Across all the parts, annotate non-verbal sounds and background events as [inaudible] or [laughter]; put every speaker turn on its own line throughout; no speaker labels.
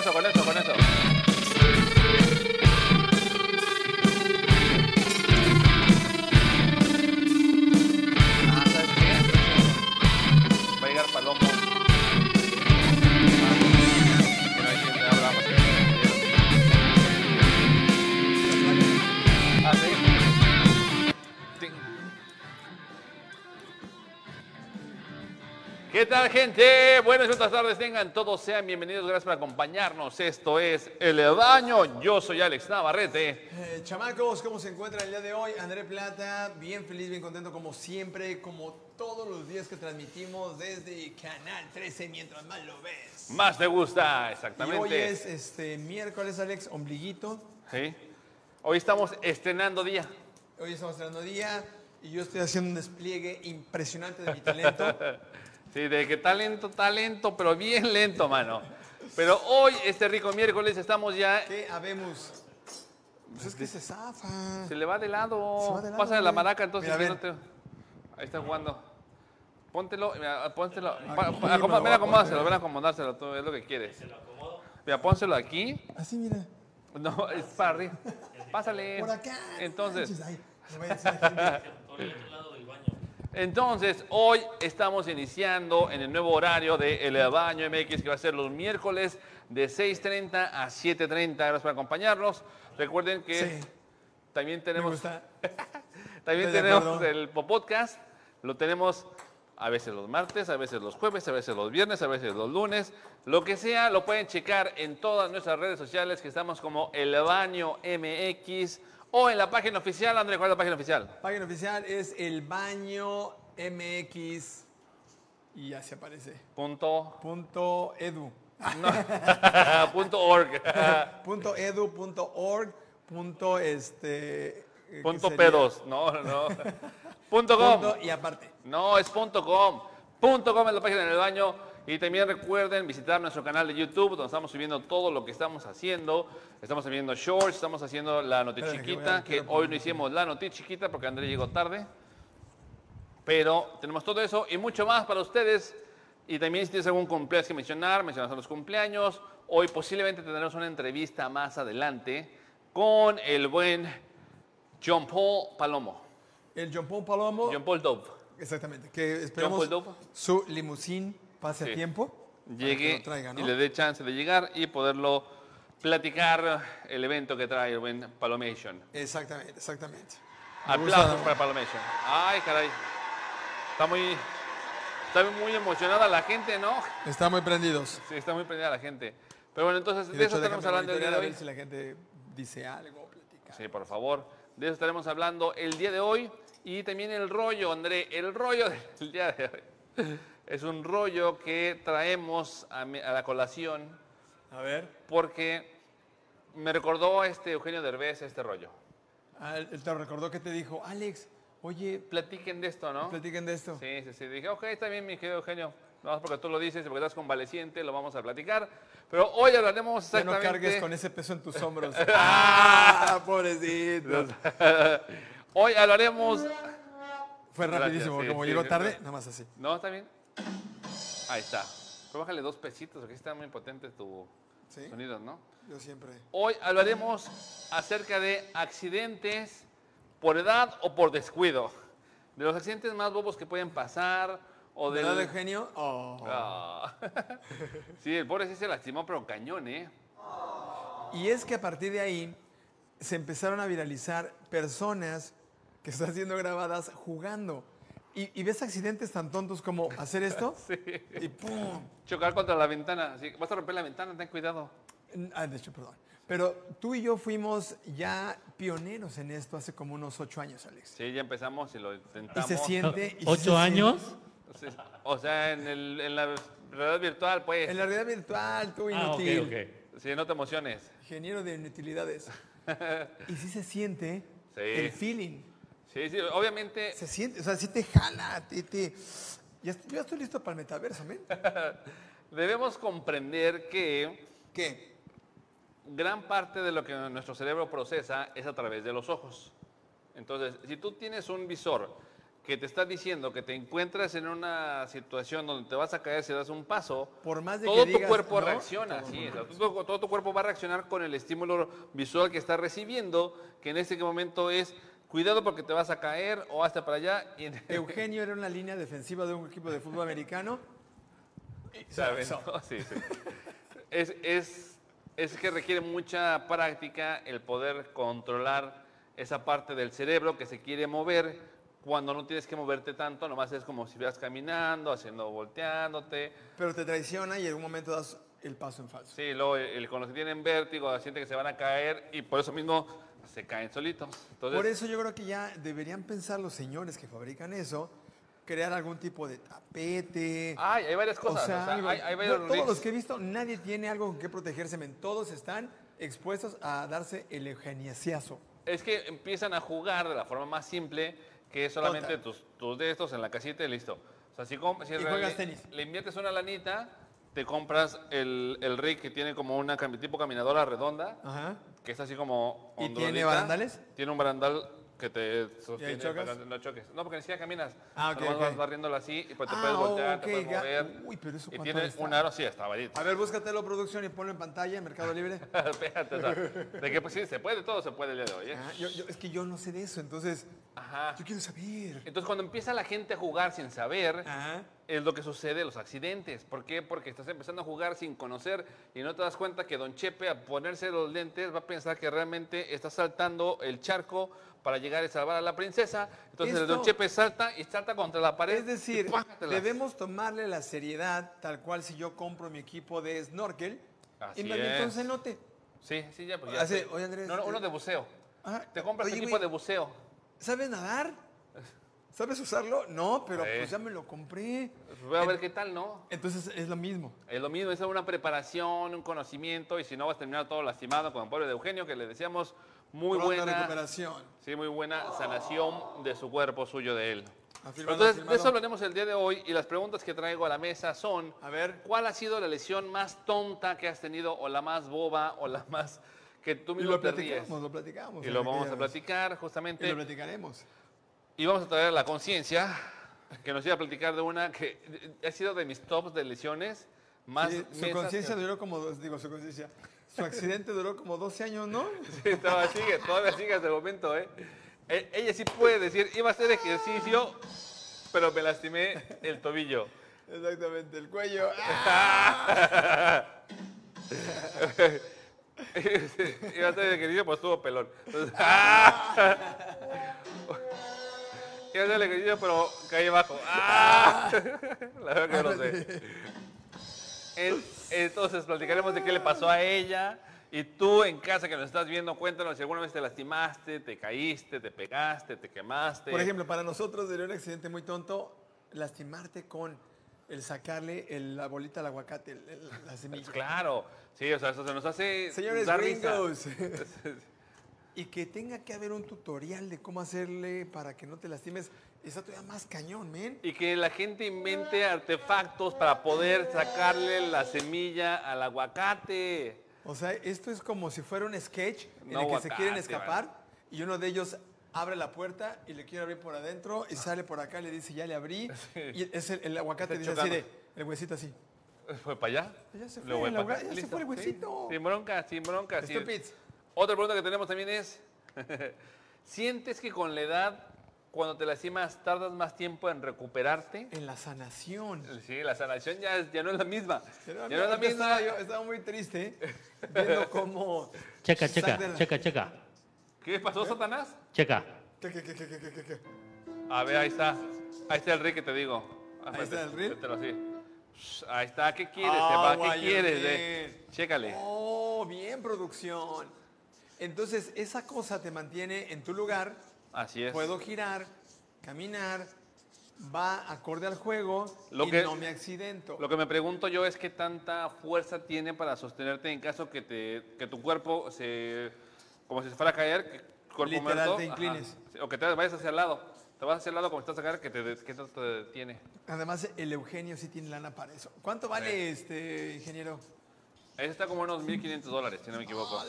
eso, con eso, con eso. Ah, ¿sabes qué? Va a llegar Palomo. Ah, bueno, ahí sí, ya hablamos. Ah, sí. Sí. ¿Qué tal, gente? Buenas y buenas tardes tengan todos. Sean bienvenidos. Gracias por acompañarnos. Esto es El Daño. Yo soy Alex Navarrete.
Eh, chamacos, ¿cómo se encuentran el día de hoy? André Plata, bien feliz, bien contento como siempre, como todos los días que transmitimos desde Canal 13, mientras más lo ves.
Más te gusta,
Y
exactamente.
hoy es este miércoles, Alex, ombliguito.
Sí. Hoy estamos estrenando día.
Hoy estamos estrenando día y yo estoy haciendo un despliegue impresionante de mi talento.
[laughs] Sí, de que talento, talento, pero bien lento, mano. Pero hoy, este rico miércoles, estamos ya.
¿Qué habemos? Pues es que se zafa.
Se le va de lado.
Se va de lado,
Pasa de la
güey.
maraca, entonces.
Mira, a
yo
ver.
no te- Ahí está jugando. Póntelo, mira, póntelo. Pa-
Aquí
pa-
me lo
acomó-
voy
Ven,
a
acomodárselo,
poner.
ven, acomodárselo, tú, es lo que quieres. Mira, pónselo aquí.
Así, mira.
No, es para arriba. Pásale.
Por acá. no manches,
Entonces,
ay, no vaya a ser gente.
entonces, hoy estamos iniciando en el nuevo horario de El Baño MX, que va a ser los miércoles de 6.30 a 7.30. Gracias por acompañarnos. Recuerden que
Sí,
también
me
tenemos,
gusta.
también
estoy de
tenemos
acuerdo.
el podcast. Lo tenemos a veces los martes, a veces los jueves, a veces los viernes, a veces los lunes. Lo que sea, lo pueden checar en todas nuestras redes sociales, que estamos como El Baño MX o en la página oficial. André, ¿cuál es la página oficial?
Página oficial es el baño MX y ya se aparece.
Punto,
Punto edu.
Ah, punto org.
Punto edu, punto org, punto este. eh, [laughs] ¿qué
punto
sería?
pedos. No,
[laughs]
no. punto com.
Punto y aparte.
No, es punto com. Punto com es la página del baño. Y también recuerden visitar nuestro canal de YouTube, donde estamos subiendo todo lo que estamos haciendo. Estamos subiendo shorts, estamos haciendo la noticia
Espérame, que voy
chiquita,
a-
que
quiero
hoy
poner-
no hicimos la noticia chiquita porque André llegó tarde. Pero tenemos todo eso y mucho más para ustedes. Y también si tienes algún cumpleaños que mencionar, mencionamos los cumpleaños. Hoy posiblemente tendremos una entrevista más adelante con el buen John Paul Palomo.
El John Paul Palomo.
John Paul Dove.
Exactamente. Que esperamos
John Paul Dove.
su limusín pase
Sí.
a tiempo. para que
llegue
lo traiga,
y
¿no?
le dé chance de llegar y poderlo platicar el evento que trae el buen Palomation.
Exactamente, exactamente. Me gusta.
Aplausos para Palomation. Ay, caray. Está muy, está muy emocionada la gente, ¿no?
Están muy prendidos.
Sí, está muy prendida la gente. Pero bueno, entonces
Y
de eso
hecho,
estaremos
déjame
hablando el día de
monitorear a
hoy.
ver si la gente dice algo, platica.
Sí, por favor. De eso estaremos hablando el día de hoy. Y también el rollo, André. El rollo [laughs] del día de hoy. Es un rollo que traemos a mi- a la colación
A ver.
porque me recordó este Eugenio Derbez este rollo.
Ah, él te recordó que te dijo, Alex, oye,
Platiquen de esto, ¿no?
platiquen de esto.
Sí, sí, sí. Dije, ok, está bien, mi querido Eugenio. No más porque tú lo dices y porque estás convaleciente, lo vamos a platicar. Pero hoy hablaremos
Ya no
exactamente...
cargues con ese peso en tus
[laughs]
hombros. ah, pobrecito.
Hoy hablaremos...
Fue
Gracias,
rapidísimo,
sí,
como
sí,
llegó
sí,
tarde,
sí.
nada más así.
¿No? ¿Está bien? Ahí está. Pero bájale dos pesitos, porque está muy potente tu
Sí.
sonido, ¿no?
Yo siempre.
Hoy hablaremos acerca de accidentes por edad o por descuido. De los accidentes más bobos que pueden pasar o del-
¿Verdad, Eugenio? Oh.
Ah. [laughs] sí, el pobre sí se lastimó, pero cañón, ¿eh?
Y es que a partir de ahí se empezaron a viralizar personas que están siendo grabadas jugando. Y, y ves accidentes tan tontos como
[laughs]
hacer esto y ¡pum!
Chocar contra la ventana. así, vas a romper la ventana, ten cuidado.
Ah, de hecho, perdón. Pero tú y yo fuimos ya pioneros en esto hace como unos ocho años, Alex.
Sí, ya empezamos y lo
Y
intentamos.
se siente... y sí se
Ah, ¿Ocho años?
Sí, O sea, en, el- en la realidad virtual,
siente. En
pues.
la realidad virtual, tú
Ah, ok,
inútil.
ok.
Sí, no te emociones.
Ingeniero
[laughs]
de inutilidades. y sí se siente
Sí.
el feeling.
Sí, sí, obviamente
Se siente, o sea, sí te jala, te... te- Ya, est- yo ya estoy listo para el metaverso, ¿men?
debemos comprender que
¿Qué?
gran parte de lo que nuestro cerebro procesa es a través de los ojos. Entonces, si tú tienes un visor que te está diciendo que te encuentras en una situación donde te vas a caer si das un paso,
Por más de
todo
que
tu
digas,
cuerpo
"No",
reacciona, sí, o sea, todo, todo tu cuerpo va a reaccionar con el estímulo visual que está recibiendo, que en este momento es cuidado porque te vas a caer o hasta para allá. Y
Eugenio era una línea defensiva de un equipo de fútbol americano.
¿Saben? [laughs] ¿no? Sí, sí. Es, es- es que requiere mucha práctica el poder controlar esa parte del cerebro que se quiere mover cuando no tienes que moverte tanto, nomás es como si vas caminando, haciendo, volteándote.
Pero te traiciona y en un momento das el paso en falso.
Sí, luego el, el- con los que tienen vértigo sienten que se van a caer y por eso mismo se caen solitos. Entonces,
Por eso yo creo que ya deberían pensar los señores que fabrican eso, crear algún tipo de tapete.
Ay, hay varias Ah, cosas.
o sea,
o sea,
algo-
hay, hay
Yo
varios
todos
links.
los que he visto, nadie tiene algo con que protegerse. men. Todos están expuestos a darse el eugeniaciazo.
Es que empiezan a jugar de la forma más simple, que es solamente
Total.
tus, tus de estos en la casita y listo. O sea, si, com- si
Y
en realidad
juegas tenis.
le inviertes una lanita, te compras el, el rig que tiene como una cami- tipo caminadora redonda,
Ajá.
que es así como
¿Y
ondulita.
tiene barandales?
Tiene un barandal que te sostiene
chocas?
para que no choques. No, porque ni siquiera caminas.
Ah, ok,
Nomás
ok.
vas barriéndolo así y pues te
Ah,
puedes voltear,
ok,
te
ya.
puedes mover.
Uy, pero eso
y
cuánto
tiene
está.
un aro, sí, está varito.
A ver, búscatelo, producción, y ponlo en pantalla, en Mercado Libre.
[laughs] Espérate, o sea, de que pues sí, se puede todo, se puede el día de hoy. ¿eh?
Ah, yo- yo- es que yo no sé de eso, entonces
Ajá.
yo
[laughs]
quiero saber.
Entonces, cuando empieza la gente a jugar sin saber,
Ajá.
es lo que sucede, los accidentes. ¿Por qué? Porque estás empezando a jugar sin conocer y no te das cuenta que Don Chepe, a ponerse los lentes, va a pensar que realmente está saltando el charco para llegar y salvar a la princesa. Entonces, el
Esto-
Don Chepe salta y salta contra la pared.
Es decir,
y ¡pácatelas!
debemos tomarle la seriedad, tal cual si yo compro mi equipo de snorkel
Así
y me meto un
es.
cenote.
Sí, sí, ya. Pues ya
Así,
sé.
oye, Andrés,
No, no, uno
eh,
de buceo.
ah,
te compras
oye,
equipo
güey.
de buceo.
¿Sabes nadar? ¿Sabes usarlo? No, pero
Sí.
pues ya me lo compré.
Pues voy a ver qué tal, ¿no?
Entonces es lo mismo.
Es lo mismo, es una preparación, un conocimiento, y si no vas a terminar todo lastimado con el pobre de Eugenio, que le decíamos muy
Pronta
buena,
recuperación.
sí, muy buena sanación de su cuerpo suyo de él.
Afirmado,
Pero Entonces, de
afirmado.
eso hablaremos el día de hoy, y las preguntas que traigo a la mesa son,
A ver.
¿cuál ha sido la lesión más tonta que has tenido, o la más boba, o la más que tú
Y
mismo
lo
te ríes?
platicamos, lo platicamos.
Y lo
en
vamos
aquella
a
vez.
platicar,
Y lo
justamente.
platicaremos.
Y vamos a traer a la conciencia, que nos iba a platicar de una que eh, ha sido de mis tops de lesiones más...
Sí, su
mensas
conciencia
que-
duró como, dos- digo, su conciencia. Su accidente duró como 12
[laughs]
años, ¿no?
Sí, todavía sigue, todavía sigue hasta el momento, ¿eh? E- Ella sí puede decir, iba a hacer ejercicio, pero me lastimé el tobillo.
Exactamente, el cuello.
Ah. [laughs] iba a hacer ejercicio, pues estuvo pelón. Entonces, ¡ah! iba a hacer ejercicio, pero caí abajo. ¡Ah! [laughs] La verdad que no sé. En- Entonces, platicaremos de qué le pasó a ella. Y tú en casa que nos estás viendo, cuéntanos si alguna vez te lastimaste, te caíste, te pegaste, te quemaste.
Por ejemplo, para nosotros sería un accidente muy tonto lastimarte con el sacarle el- la bolita al aguacate, el- el- la semilla.
Claro, sí, o sea, eso se nos hace
Señores
dar risa. [laughs]
gringos. y que tenga que haber un tutorial de cómo hacerle para que no te lastimes. Está todavía más cañón, men.
Y que la gente invente artefactos para poder sacarle la semilla al aguacate.
O sea, esto es como si fuera un sketch
No
en el que se
aguacate,
quieren
man.
escapar y uno de ellos abre la puerta y le quiere abrir por adentro
Ah.
y sale por acá y le dice, ya
[laughs]
le abrí. Y es el, el aguacate dice
Está
así de,
chocando.
el huesito así.
¿Fue para allá?
Pues Ya se fue,
Luego
el
para acá.
aguacate, ya se
Listo,
fue el
sí.
huesito.
Sin bronca, sin bronca. sin-
Stupids.
Otra pregunta que tenemos también es, [laughs] ¿sientes que con la edad, cuando te lastimas, tardas más tiempo en recuperarte?
En la sanación.
Sí, la sanación ya, es- ya no es la misma. Ya
Pero
no es la
yo
misma.
estaba, yo estaba muy triste viendo cómo...
[laughs] Checa,
Zack de
checa,
la-
checa, checa,
¿Qué
¿Eh?
pasó, Satanás?
checa.
¿Qué, qué, qué, qué, qué, qué, qué?
A ver, ahí está. Ahí está el reel que te digo.
Ahí está el reel.
Mételo así. Shh, Ahí está. ¿Qué quieres,
Ah,
Eva? ¿Qué
guayabín.
quieres? eh? Chécale.
Oh, bien producción. Entonces, esa cosa te mantiene en tu lugar.
Así es.
Puedo girar, caminar, va acorde al juego
Lo
y
que-
no me accidento.
Lo que me pregunto yo es qué tanta fuerza tiene para sostenerte en caso que, te, que tu cuerpo se... como si se fuera a caer, que- cuerpo
Literal,
muerto,
te
ajá.
inclines.
Sí, O que te vayas hacia el lado. Te vas hacia el lado como estás a caer, que, te, de- que esto te detiene.
Además, el Eugenio sí tiene lana para eso. ¿Cuánto vale este ingeniero?
Ese está como unos 1.500 dólares, si no me equivoco.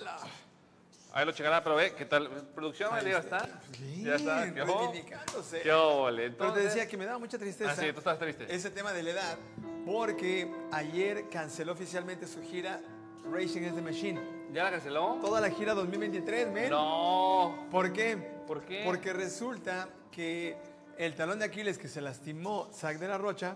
Ahí lo checará, pero ve, ¿qué tal? Producción,
Ahí
ya
está.
está.
Bien,
Ya está. ¿Qué ojo?
reivindicándose.
Qué ole.
Pero te
Entonces,
decía que me daba mucha tristeza.
Ah, sí, tú estabas triste.
Ese tema de la edad, porque ayer canceló oficialmente su gira Racing is the Machine.
¿Ya la canceló?
Toda la gira 2023, men.
No.
¿Por qué?
¿Por qué?
Porque resulta que el talón de Aquiles que se lastimó Zach de la Rocha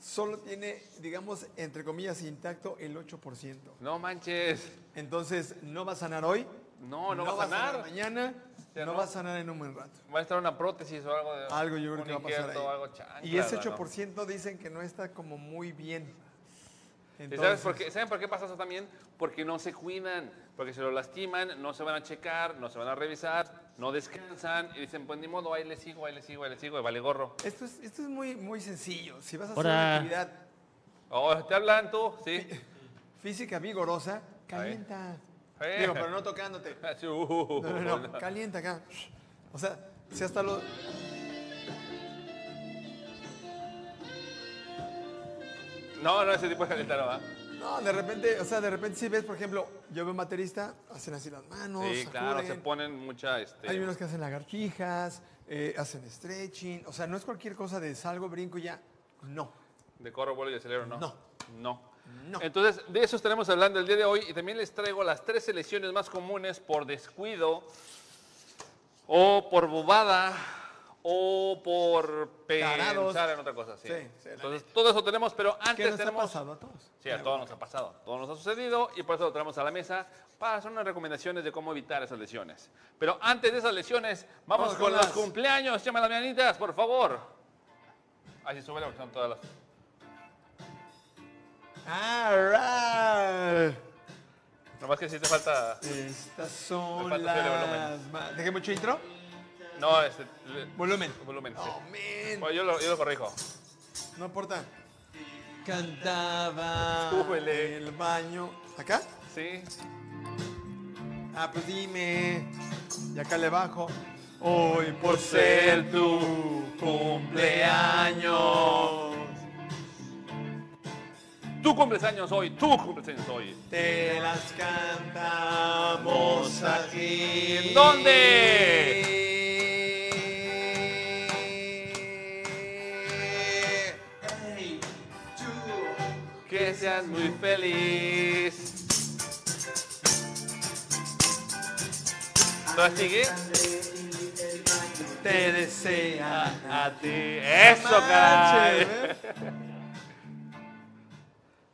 solo tiene, digamos, entre comillas, intacto el 8%.
No manches.
Entonces, no va a sanar hoy.
No, no, va a sanar.
mañana.
Ya
no
no.
va a sanar en un buen rato.
Va a estar una prótesis o algo. De,
Algo yo creo
un
que va a pasar
injerto
ahí.
o algo chancla,
y ese
¿verdad?
8% dicen que no está como muy bien.
¿Y sabes por
Entonces,
qué, ¿Saben por qué pasa eso también? Porque no se cuidan, porque se lo lastiman, no se van a checar, no se van a revisar, no descansan y dicen, pues ni modo, ahí le sigo, ahí le sigo, ahí le sigo, y vale gorro.
Esto es, esto es muy, muy sencillo. Si vas a
Ahora-
hacer una actividad
Oh, ¿Te hablan tú?
[laughs]
Sí.
física vigorosa, calienta.
Eh.
Digo, pero no tocándote.
Así, uh, uh, uh,
No, no,
[laughs]
no. Calienta acá. O sea, si hasta los.
No, no, ese tipo de calentar no va.
No, de repente, o sea, de repente si ves, por ejemplo, yo veo un baterista, hacen así las manos.
Sí, claro, se
sacuden.
ponen mucha, este...
Hay unos que hacen lagartijas, eh, hacen stretching. O sea, no es cualquier cosa de salgo, brinco y ya. No.
De corro, vuelo y acelero, ¿no?
No.
No.
No.
Entonces, de eso estaremos hablando el día de hoy y también les traigo las tres lesiones más comunes por descuido o por bobada o por pensar
Tarados.
en otra cosa. Sí.
Sí, sí, la
Entonces, todo eso tenemos, pero
¿Qué
antes
nos ha
tenemos...
pasado a todos?
Sí, a todos nos ha pasado, todo nos ha sucedido y por eso lo traemos a la mesa para hacer unas recomendaciones de cómo evitar esas lesiones. Pero antes de esas lesiones, vamos,
Vamos
con,
con
los
las-
cumpleaños. Llama a las mañanitas, por favor. Así sube la opción todas las...
All right.
Nomás que sí te falta...
Estas
Me
son
falta subirle volumen.
las más. ¿Dejé mucho intro?
No, este... le-
Volumen.
Volumen, sí.
No, man.
Bueno, yo lo, yo lo corrijo.
No importa. Cantaba
Súbele.
en el baño. ¿Acá?
Sí.
Ah, pues dime. Y acá le bajo. Hoy por ser tu cumpleaños.
Tú cumples años hoy, tú cumples años hoy.
Te las cantamos aquí.
¿En dónde? Que seas muy feliz. ¿Todavía sigue?
Te desea.
A ti. ¡Eso, caray!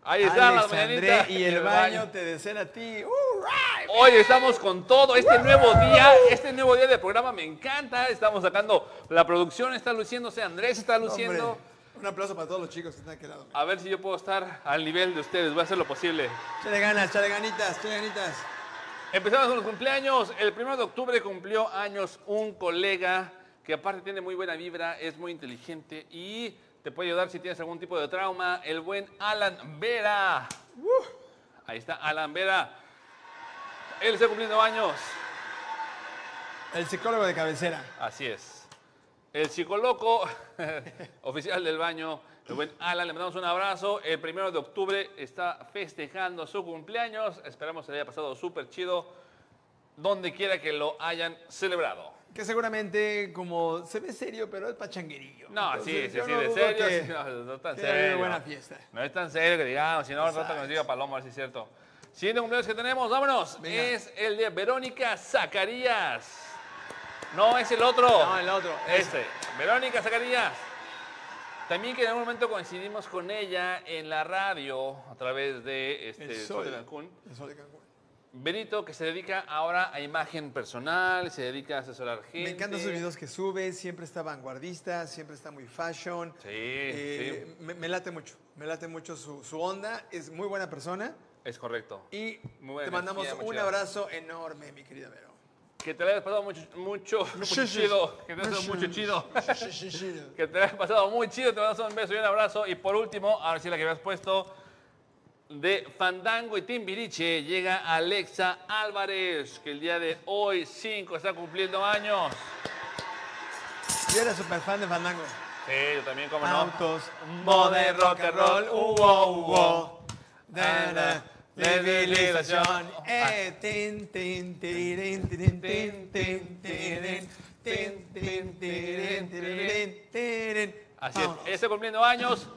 Ahí están las
Alex, André
mañanitas.
y el baño te desean a ti. Uh, right.
Hoy estamos con todo, este nuevo día, este nuevo día del programa me encanta, estamos sacando, la producción está luciéndose, Andrés está luciendo,
Hombre, un aplauso para todos los chicos que están aquí al lado.
a ver si yo puedo estar al nivel de ustedes, voy a hacer lo posible.
Chale ganas, chale ganitas, chale ganitas.
Empezamos con los cumpleaños. El 1 de octubre cumplió años un colega que aparte tiene muy buena vibra, es muy inteligente y te puede ayudar si tienes algún tipo de trauma, el buen Alan Vera. Ahí está Alan Vera. Él está cumpliendo años.
El psicólogo de cabecera.
Así es. El psicoloco [laughs] oficial del baño, el buen Alan, le mandamos un abrazo. El primero de octubre está festejando su cumpleaños. Esperamos que le haya pasado súper chido, donde quiera que lo hayan celebrado.
Que seguramente, como se ve serio, pero es pachanguerillo.
No,
Entonces,
sí, sí,
yo
sí,
no
de
dudo
serio.
que-
sí, [laughs] no, no es tan
que
serio.
haya buena fiesta.
No es tan serio que digamos, si no, al rato
Exacto.
que nos diga Paloma, a ver si es cierto. Siguiente cumpleaños que tenemos, vámonos,
Venga.
es el de Verónica Zacarías. No, es el otro.
No, el otro,
Este, Verónica Zacarías. También que en algún momento coincidimos con ella en la radio a través de este,
El
Sol
Sol.
de Cancún.
El sol de Cancún.
Benito, que se dedica ahora a imagen personal, se dedica a asesorar gente.
Me encantan sus videos que sube, siempre está vanguardista, siempre está muy fashion.
Sí,
Eh, Me, me late mucho, me late mucho su, su onda, es muy buena persona
sí, es correcto.
y
Muy buena
te mandamos
energía,
un
muchas
abrazo enorme, mi querida Vero.
Que te la hayas pasado mucho, mucho, mucho chido. Que te hayas pasado mucho chido. [laughs] Que te la hayas pasado muy chido. Te mandamos un beso y un abrazo. Y por último, ahora sí la que habías puesto, de Fandango y Timbiriche, llega Alexa Álvarez, que el día de hoy, 5, está cumpliendo años.
Yo era súper fan de Fandango.
Sí, yo también,
Ah.
cómo no. uh,
Autos, mode, rock and roll, uo, uo. Da, da,
Civilización.
Eh, tin, tin, tirirín, tirín, tin, tin, tirirín, tin, tin, tirirín, tirirín, tirirín.
Así es,
Vámonos.
está cumpliendo años.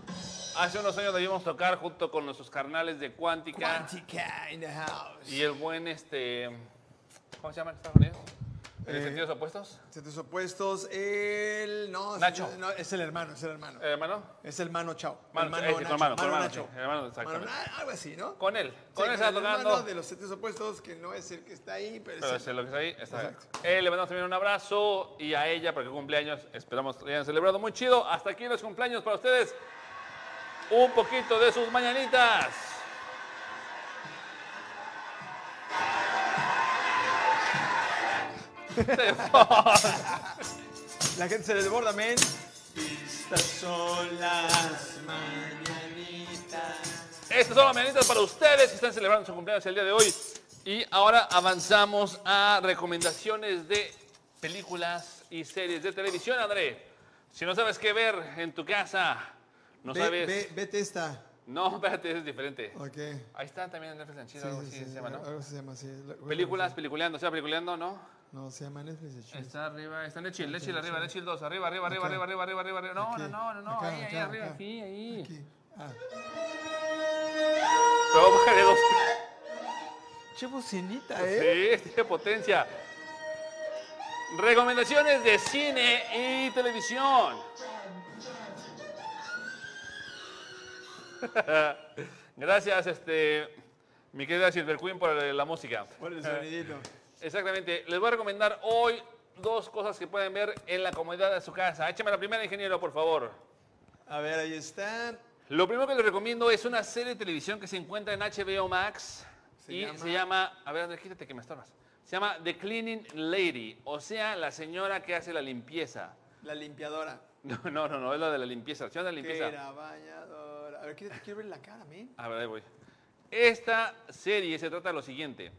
Hace unos años debimos tocar junto con nuestros carnales de Cuántica
Quantica in the house.
y el buen este. ¿Cómo se llama en Estados Unidos? ¿En
Eh.
sentidos opuestos?
Sentidos opuestos, el... No,
Nacho.
no, es el hermano, es el hermano.
Eh, hermano.
Es el mano chao.
Mano, eh,
hermano
ese, con
Nacho.
mano, con
Mano
mano,
Nacho.
sí, hermano, exactamente.
Mano- ah, algo así, ¿no?
Con él. Con
Sí,
él estaba
el hermano
tocando.
de los sentidos opuestos, que no es el que está ahí, pero,
Pero
es
ese es
el...
lo que está ahí, está bien.
Exacto.
Eh, le mandamos también un abrazo y a ella porque cumpleaños. Esperamos que hayan celebrado muy chido. Hasta aquí los cumpleaños para ustedes. Un poquito de sus mañanitas.
La gente se desborda, men. Estas son las mañanitas.
Estas son las mañanitas para ustedes que están celebrando su cumpleaños el día de hoy. Y ahora avanzamos a recomendaciones de películas y series de televisión, André. Si no sabes qué ver en tu casa, no
Ve-
sabes.
ve- vete esta.
No, [laughs] espérate, es diferente.
Ok.
Ahí está también en Netflix en Chile,
Sí,
algo
sí,
así
sí,
se llama, ¿no?
Algo se llama así. Lo- bueno,
Películas, peliculeando, ¿se llama peliculeando, no?
No, se llama Netflix. de Chile.
Está arriba, está en el chill, el chill arriba, el chill 2, arriba, arriba, arriba, arriba, arriba, arriba, arriba, arriba. No,
Aquí,
no, no, no, no,
acá,
ahí, ahí,
acá,
arriba,
acá.
aquí, ahí.
Aquí. Ah.
Pero bájale dos.
Che bocinita, ¿eh?
Sí, tiene potencia. Recomendaciones de cine y televisión. [laughs] Gracias, este, mi querida Silver Queen, por la música.
Por el sonidito.
Exactamente. Les voy a recomendar hoy dos cosas que pueden ver en la comodidad de su casa. Échame la primera, ingeniero, por favor.
A ver, ahí está.
Lo primero que les recomiendo es una serie de televisión que se encuentra en HBO Max
Se
y
llama-
se llama, a ver, Andrés, quítate que me estorbas. Se llama The Cleaning Lady, o sea, la señora que hace la limpieza. [laughs]
La limpiadora.
No, no, no, no es la de la limpieza, la señora de la
Que
limpieza.
era bañadora. A ver, quiero, quiero ver la cara, men.
A ver, ahí voy. Esta serie se trata de lo siguiente.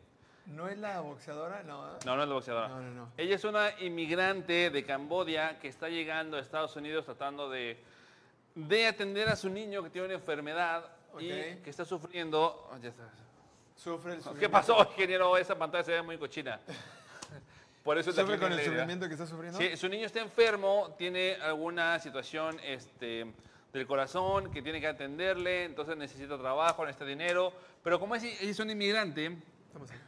¿No es la boxeadora? No. ¿eh?
No, no es la boxeadora.
No, no, no.
Ella es una inmigrante de Camboya que está llegando a Estados Unidos tratando de, de atender a su niño que tiene una enfermedad y
Ok.
que está sufriendo. oh, ya está.
Sufre el
¿Qué
sufrimiento.
pasó, ingeniero? Esa pantalla se ve muy cochina. Por eso es la
¿Sufre con
clínica
el
de idea.
sufrimiento que está sufriendo?
Sí, su niño está enfermo, tiene alguna situación este, del corazón que tiene que atenderle, entonces necesita trabajo, necesita dinero. Pero como es, ella es un inmigrante,
Estamos acá.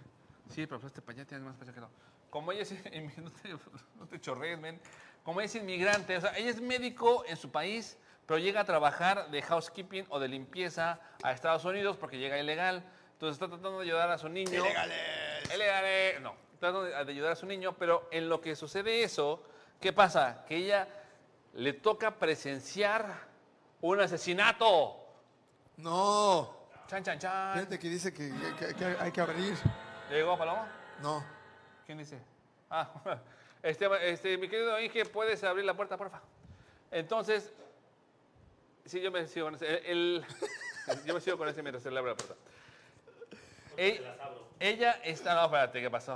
Sí, pero este para allá, tienes más para allá que no. Como ella es [laughs] inmi- no te, no te chorrees, men. Como ella es inmigrante, o sea, ella es médico en su país, pero llega a trabajar de housekeeping o de limpieza a Estados Unidos porque llega ilegal. Entonces está tratando de ayudar a su niño.
¡Ilegales!
Ilegales. No, tratando de de ayudar a su niño, pero en lo que sucede eso, ¿qué pasa? Que ella le toca presenciar un asesinato.
No.
Chan, chan, chan.
Fíjate que dice que, que- que hay que abrir.
¿Llegó Paloma?
No.
¿Quién dice? Ah, [laughs] este, este, mi querido Inge, ¿puedes abrir la puerta, porfa? Entonces, sí, yo me sigo con ese. el- el- yo me sigo con ese mientras él abre la puerta. E- ella está. No, espérate, ¿qué pasó?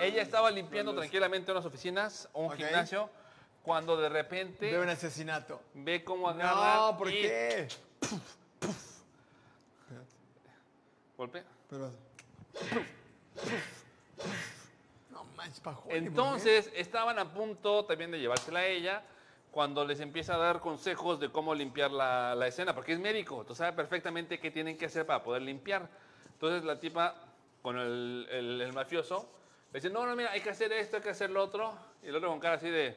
Ella estaba limpiando tranquilamente unas oficinas, un
Ok.
gimnasio, cuando de repente
Veo un asesinato.
ve cómo agarra.
No, ¿por
y-
qué?
Golpea.
Pero... No manches, pa' Hollywood, ¿eh?
Entonces estaban a punto también de llevársela a ella cuando les empieza a dar consejos de cómo limpiar la, la escena, porque es médico, tú sabe perfectamente qué tienen que hacer para poder limpiar. Entonces la tipa con el, el- el mafioso le dice, no, no, mira, hay que hacer esto, hay que hacer lo otro, y el otro con cara así de,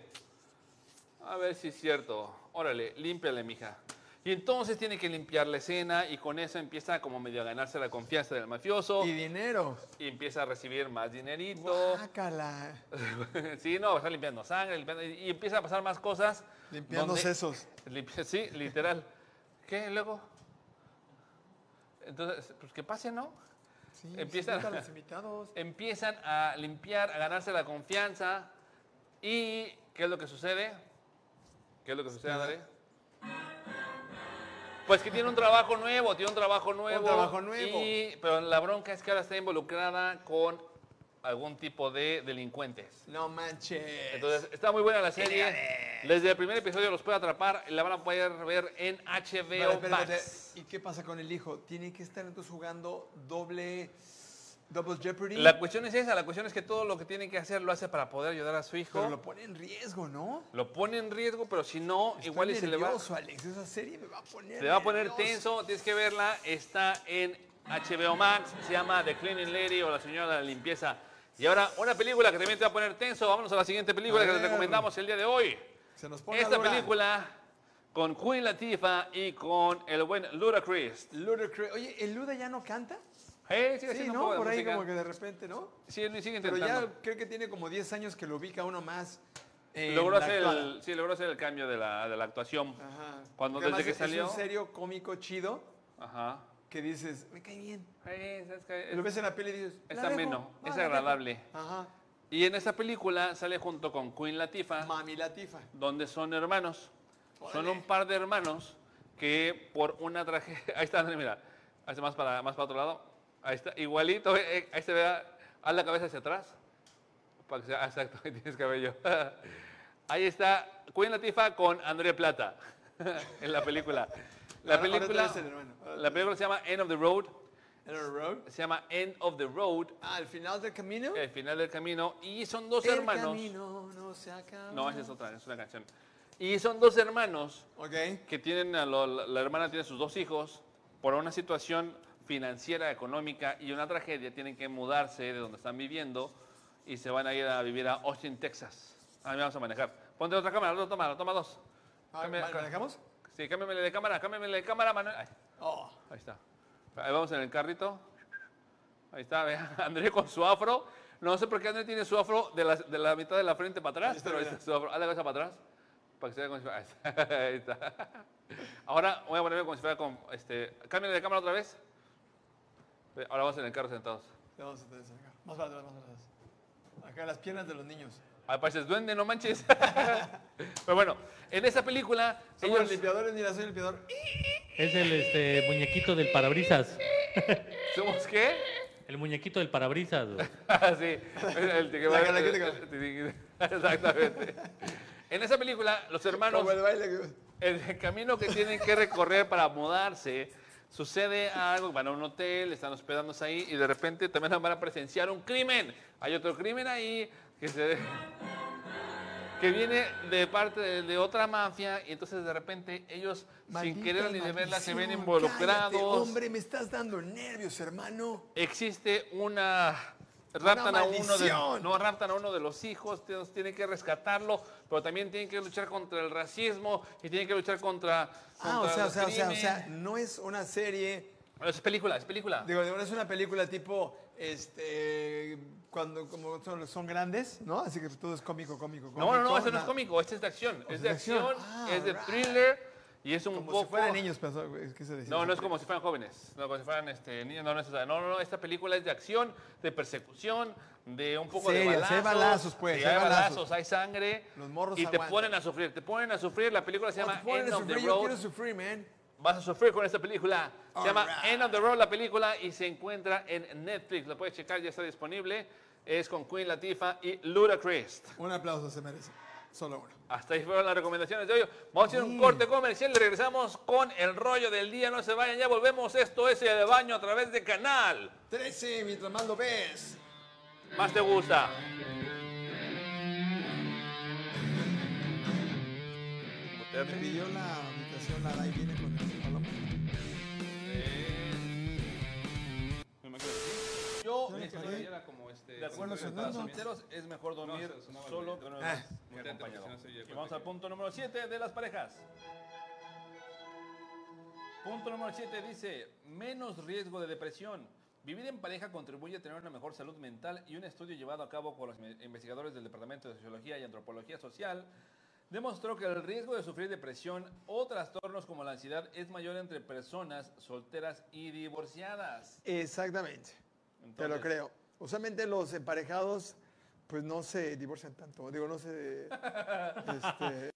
a ver si es cierto. Órale, límpiale, mija. Y entonces tiene que limpiar la escena y con eso empieza como medio a ganarse la confianza del mafioso
Y
y,
dinero.
empieza a recibir más dinerito.
Guácala.
[laughs] sí, no, está limpiando sangre, limpiando- y y empieza a pasar más cosas.
Limpiando
donde- [laughs]
sesos.
Limpi- sí, literal. ¿Qué? Luego. Entonces, pues que pase, ¿no?
Sí,
Empiezan-
invita a los invitados.
Empiezan a limpiar, a ganarse la confianza. ¿Y qué es lo que sucede? ¿Qué es lo que sucede, André? Pues que tiene un trabajo nuevo, tiene un trabajo nuevo.
trabajo nuevo.
y- pero la bronca es que ahora está involucrada con algún tipo de delincuentes.
No manches.
Entonces, está muy buena la serie. Desde el primer episodio los puede atrapar. La van a poder ver en
Vale,
HBO
espérate, espérate.
Max.
¿Y qué pasa con el hijo? ¿Tiene que estar entonces jugando doble double jeopardy?
La cuestión es esa. La cuestión es que todo lo que tiene que hacer lo hace para poder ayudar a su hijo.
Pero
Lo,
lo pone en riesgo, ¿no?
pone en riesgo, pero si no,
Estoy
igual y se le va...
nervioso, Alex, esa serie me va a poner
Te va a poner
nervioso.
tenso, tienes que verla. Está en HBO Max, se llama The Cleaning Lady o La Señora de la Limpieza. Y ahora, una película que también te va a poner tenso. Vámonos a la siguiente película
A
que te
ver.
recomendamos el día de hoy.
Se nos pone
Esta
dura.
película con Queen Latifah y con el buen Ludacris.
Ludacris. Oye, ¿el Luda ya no canta?
Eh, sigue
Sí,
haciendo un
¿no?
poco de
Por ahí
música.
como que de repente, ¿no?
Sí, él sigue
Pero
intentando.
ya creo que tiene como 10 años que lo ubica uno más. en
logró,
la
hacer
actuada.
el, sí, logró hacer el cambio de la, de la actuación.
Ajá.
Cuando
Porque
desde
además
que
es-
salió...
Es un serio cómico chido
Ajá.
que dices, me cae bien.
Eh, ¿sabes qué?
Lo ves en la peli y dices,
Es
"La dejo,
ameno,
va,
es
la dejo".
agradable.
Ajá.
Y en esta película sale junto con Queen Latifah.
Mami Latifa.
donde son hermanos. Son
Órale.
un par de hermanos que por una tragedia. [laughs] Ahí está, André, mira. Ahí está más para, más para otro lado. Ahí está, igualito. eh, eh, ahí se vea. Haz la cabeza hacia atrás. Para que sea ah, [laughs] exacto, ahí tienes cabello. [laughs] ahí está Queen Latifah con André Plata [laughs] en la película. La
Ahora- ahora tú
película,
eres el hermano. Ahora
la película se llama End of the Road.
En el road.
Se llama End of the Road,
Ah, al final del camino.
el final del camino. Y son Eh, dos
El
hermanos.
camino no se acaba.
No, esa es otra, es una canción. Y son dos hermanos
Ok.
que tienen a lo- la, la hermana tiene sus dos hijos por una situación financiera, económica y una tragedia tienen que mudarse de donde están viviendo y se van a ir a vivir a Austin, Texas. Ahí vamos a manejar. Ponte otra cámara, otra toma, toma dos.
Ah,
Cambia-
¿vale, ¿Manejamos?
Sí, cámbiamele de cámara, cámbiamele de cámara, Manuel. Ay,
Oh.
ahí está. Ahí vamos en el carrito. Ahí está, vea, [laughs] André con su afro. No sé por qué André tiene su afro de la, de la mitad de la frente para atrás, pero ahí está su afro. Ah, Haz la cabeza para atrás. Para que se vea como si fuera. [laughs] Ahí está. Ahí está. Ahora voy a ponerme como si fuera con. Este, cámbiale de cámara otra vez. Ve, Ahora vamos en el carro sentados.
Vamos a tener que sacar. Más para atrás, más para atrás. Acá las piernas de los niños.
Ahí pareces duende, no manches. [laughs] pero bueno, en esa película.
Somos
ellos-
limpiadores, mira, soy limpiador.
Es el este, muñequito del parabrisas.
¿Somos qué?
El muñequito del parabrisas. güey.
Ah, [laughs] sí. El, el que va-
La cara que te-
el- el- [laughs] Exactamente. En esa película, los hermanos,
Como el baile que...
el [laughs] camino que tienen que recorrer para mudarse, sucede algo, van a un hotel, están hospedándose ahí y de repente también van a presenciar un crimen. Hay otro crimen ahí que se que viene de parte de, de otra mafia y entonces de repente ellos sin
Maldita
querer ni deberla se ven
maldición,
involucrados.
cállate, hombre, me estás dando nervios, hermano.
existe una raptan a uno de,
maldición.
no raptan a uno de los hijos entonces tienen que rescatarlo pero también tienen que luchar contra el racismo y tienen que luchar contra,
Ah, o
contra
sea, o
el
sea, o sea, o
crimen.
sea, no es una serie,
No, es película es película
digo, no es una película tipo, este, cuando como son, son grandes, ¿no? Así que todo es cómico, cómico, cómico.
no no no eso no
na-
es cómico este es de acción es
es
de
de acción.
acción
Ah,
es de
right.
thriller y es un
Como
poco
si fueran niños, pero es que se decía
no, no es
siempre.
como si fueran jóvenes, no, como si fueran este, niños, no, no, es esa. no, no, no, esta película es de acción, de persecución, de un poco de
Serias,
balazos.
hay balazos, pues,
sí,
hay
hay balazos,
balazos.
hay sangre.
Los morros
Y te
aguantan.
ponen a sufrir, te ponen a sufrir, la película se
No,
llama
te ponen
End
a
of the
sufrir, Yo
Road.
quiero sufrir, man.
Vas a sufrir con esta película. Se
All
llama
right.
End of the Road la película y se encuentra en Netflix. Lo puedes checar, ya está disponible. Es con Queen Latifah y Ludacris.
Un aplauso se merece, solo uno.
Hasta ahí fueron las recomendaciones de hoy. Vamos a hacer un corte comercial y regresamos con el rollo del día. No se vayan, ya volvemos. Esto es el baño a través de canal.
13, mientras más lo ves.
Más te gusta.
Me pidió la habitación, la da y viene con el palomo.
Yo
me
necesito
paré.
ayer era como este.
De acuerdo,
como que
Fernando.
para solteros es mejor dormir
No, sonaba
solo
bien.
Ah.
que acompañado. Y vamos al punto número 7 de las parejas. Punto número 7 dice, menos riesgo de depresión. Vivir en pareja contribuye a tener una mejor salud mental y un estudio llevado a cabo por los inve- investigadores del Departamento de Sociología y Antropología Social demostró que el riesgo de sufrir depresión o trastornos como la ansiedad es mayor entre personas solteras y divorciadas.
Exactamente. Te
Entonces-
lo creo. Usualmente
[laughs]
los emparejados, pues no se divorcian tanto. Digo, no se. este,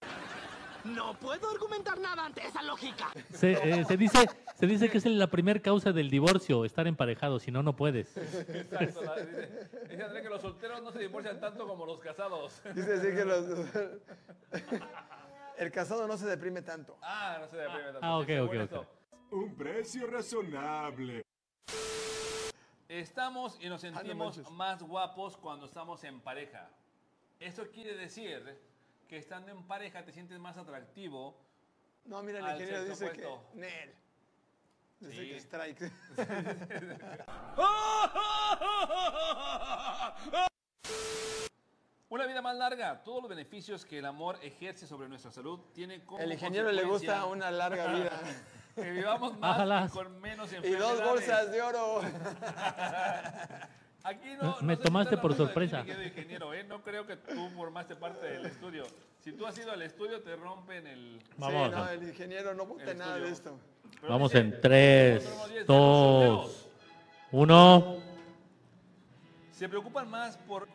No puedo argumentar nada ante esa lógica.
Se, eh, se dice, se dice que es la primera causa del divorcio, estar emparejado, si no, no puedes.
Exacto. la- dice, dice André que los solteros no se divorcian tanto como los casados. [laughs]
Dice así que los... [laughs] El casado no se deprime tanto.
Ah, no se deprime tanto.
ah, ok,
Según
ok, ok.
esto,
Un precio razonable.
Estamos y nos
Ah, no
sentimos
manches.
más guapos cuando estamos en pareja. Esto quiere decir que estando en pareja te sientes más atractivo. [laughs]
No, mira, el
Al
ingeniero
sexto
dice
puesto.
que... Nel. Dice
Sí.
que strike.
Una vida más larga. Todos los beneficios que el amor ejerce sobre nuestra salud tiene como
El ingeniero le
consecuencia
gusta una larga vida.
que vivamos más
Ojalá.
y con menos
[laughs] Y dos
enfermedades.
bolsas de oro.
Aquí no,
Me
sé si está
tomaste
la
por
mano de
sorpresa.
química y de ingeniero, ¿eh? No creo que tú formaste parte del estudio. Si tú has ido al estudio, te rompen el.
Vamos.
Sí, no, eh. el ingeniero no vota
El
nada de
estudio.
esto.
Pero
Vamos
dice,
en 3,
"Número
2,
diez,
Uno.
Se preocupan más por.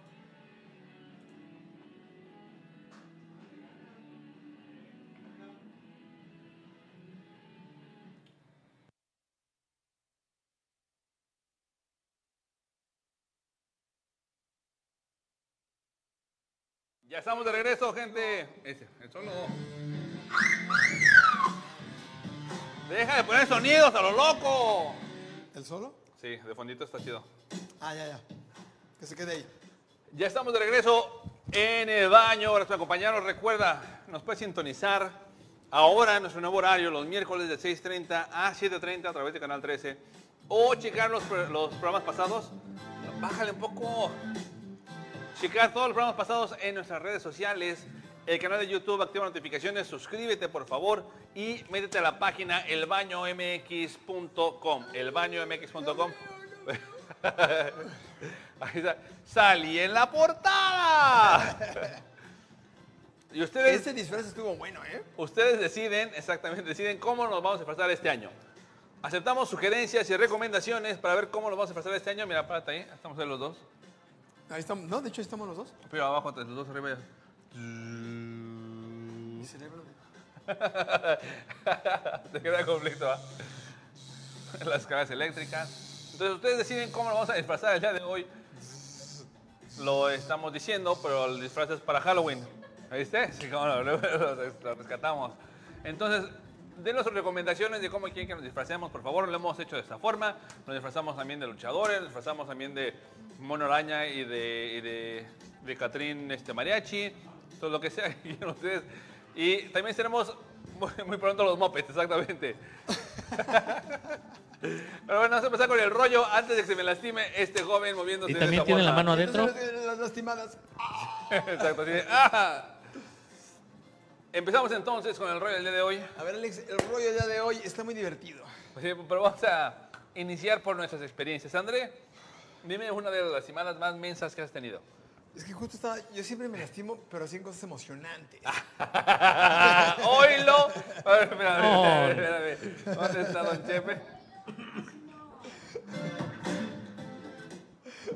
Ya estamos de regreso, gente. Ese, el solo. Deja de poner sonidos a lo loco.
¿El solo?
Sí, de fondito está chido.
Ah, ya, ya. Que se quede ahí.
Ya estamos de regreso en el baño. Gracias por acompañarnos. Recuerda, nos puedes sintonizar ahora en nuestro nuevo horario, los miércoles de 6.30 a 7.30 a través de Canal 13. O checar los, pro- los programas pasados. Bájale un poco. Checar todos los programas pasados en nuestras redes sociales. El canal de YouTube, activa notificaciones, suscríbete por favor y métete a la página elbañomx.com. Elbañomx.com. [laughs] Ahí está. Salí en la portada. y ustedes,
Este disfraz estuvo bueno, ¿eh?
ustedes deciden, exactamente, deciden cómo nos vamos a disfrazar este año. Aceptamos sugerencias y recomendaciones para ver cómo nos vamos a disfrazar este año. Mira, párate ahí, estamos ahí los dos.
Ahí estamos. No, de hecho, ahí estamos los dos.
Pero abajo, los dos arriba.
Mi cerebro.
[laughs] Te queda conflicto, ¿ah? Las caras eléctricas. Entonces ustedes deciden cómo lo vamos a disfrazar el día de hoy. Lo estamos diciendo, pero el disfraz es para Halloween. ¿Viste? Sí, cómo no, [laughs] luego lo, lo rescatamos. Entonces, denos sus recomendaciones de cómo quieren que nos disfracemos, por favor. Lo hemos hecho de esta forma. Nos disfrazamos también de luchadores, nos disfrazamos también de Mono Araña y de, y de, de Catrín este, Mariachi. Todo lo que sea [laughs] que quieran ustedes. Y también seremos muy, muy pronto los mopeds, exactamente. [laughs] Pero bueno, vamos a empezar con el rollo antes de que se me lastime este joven moviéndose
Y
de
también
esa
tiene la
forma.
mano adentro.
Entonces, las- Las lastimadas.
Exacto, así de, ¡ah! Empezamos entonces con el rollo del día de hoy.
A ver, Alex, el rollo del día de hoy está muy divertido.
Oye, Pero vamos a iniciar por nuestras experiencias. André, dime una de las semanas más mensas que has tenido.
Es que justo estaba. Yo siempre me lastimo, pero así en cosas emocionantes.
Ah,
¡Oilo! A ver, espérame, espérame, espérame, espérame. ¿Dónde está Don Chepe?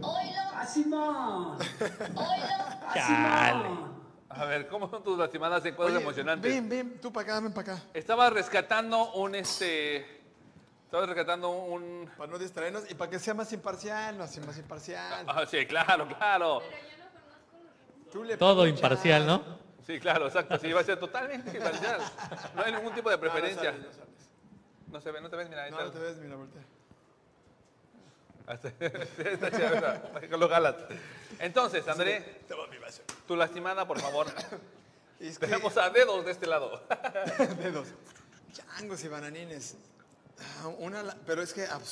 Oilo,
Así no.
oilo,
Así no.
A ver, ¿cómo son tus lastimadas en cosas
Oye,
emocionantes?
Ven, ven, tú para acá, ven para acá.
Estabas rescatando un este. Estabas rescatando un.
Para no distraernos y para que sea más imparcial, no así más imparcial.
Ah, sí, claro, claro.
Tú le
Todo
puchas.
imparcial, ¿no?
Sí, claro, exacto. Sí, va a ser totalmente imparcial. No hay ningún tipo de preferencia.
No, no sabes, no sabes.
No se ve, no te ves, mira. ahí
No,
está. [laughs]
no te ves, mira, voltea.
Hasta- Está chévere, está. Con los galas. Entonces, André,
Toma mi vaso.
tu lastimada, por favor.
[coughs] Es que,
Dejamos a dedos de este lado.
dedos. Changos y bananines. Ah, Una, la- pero es que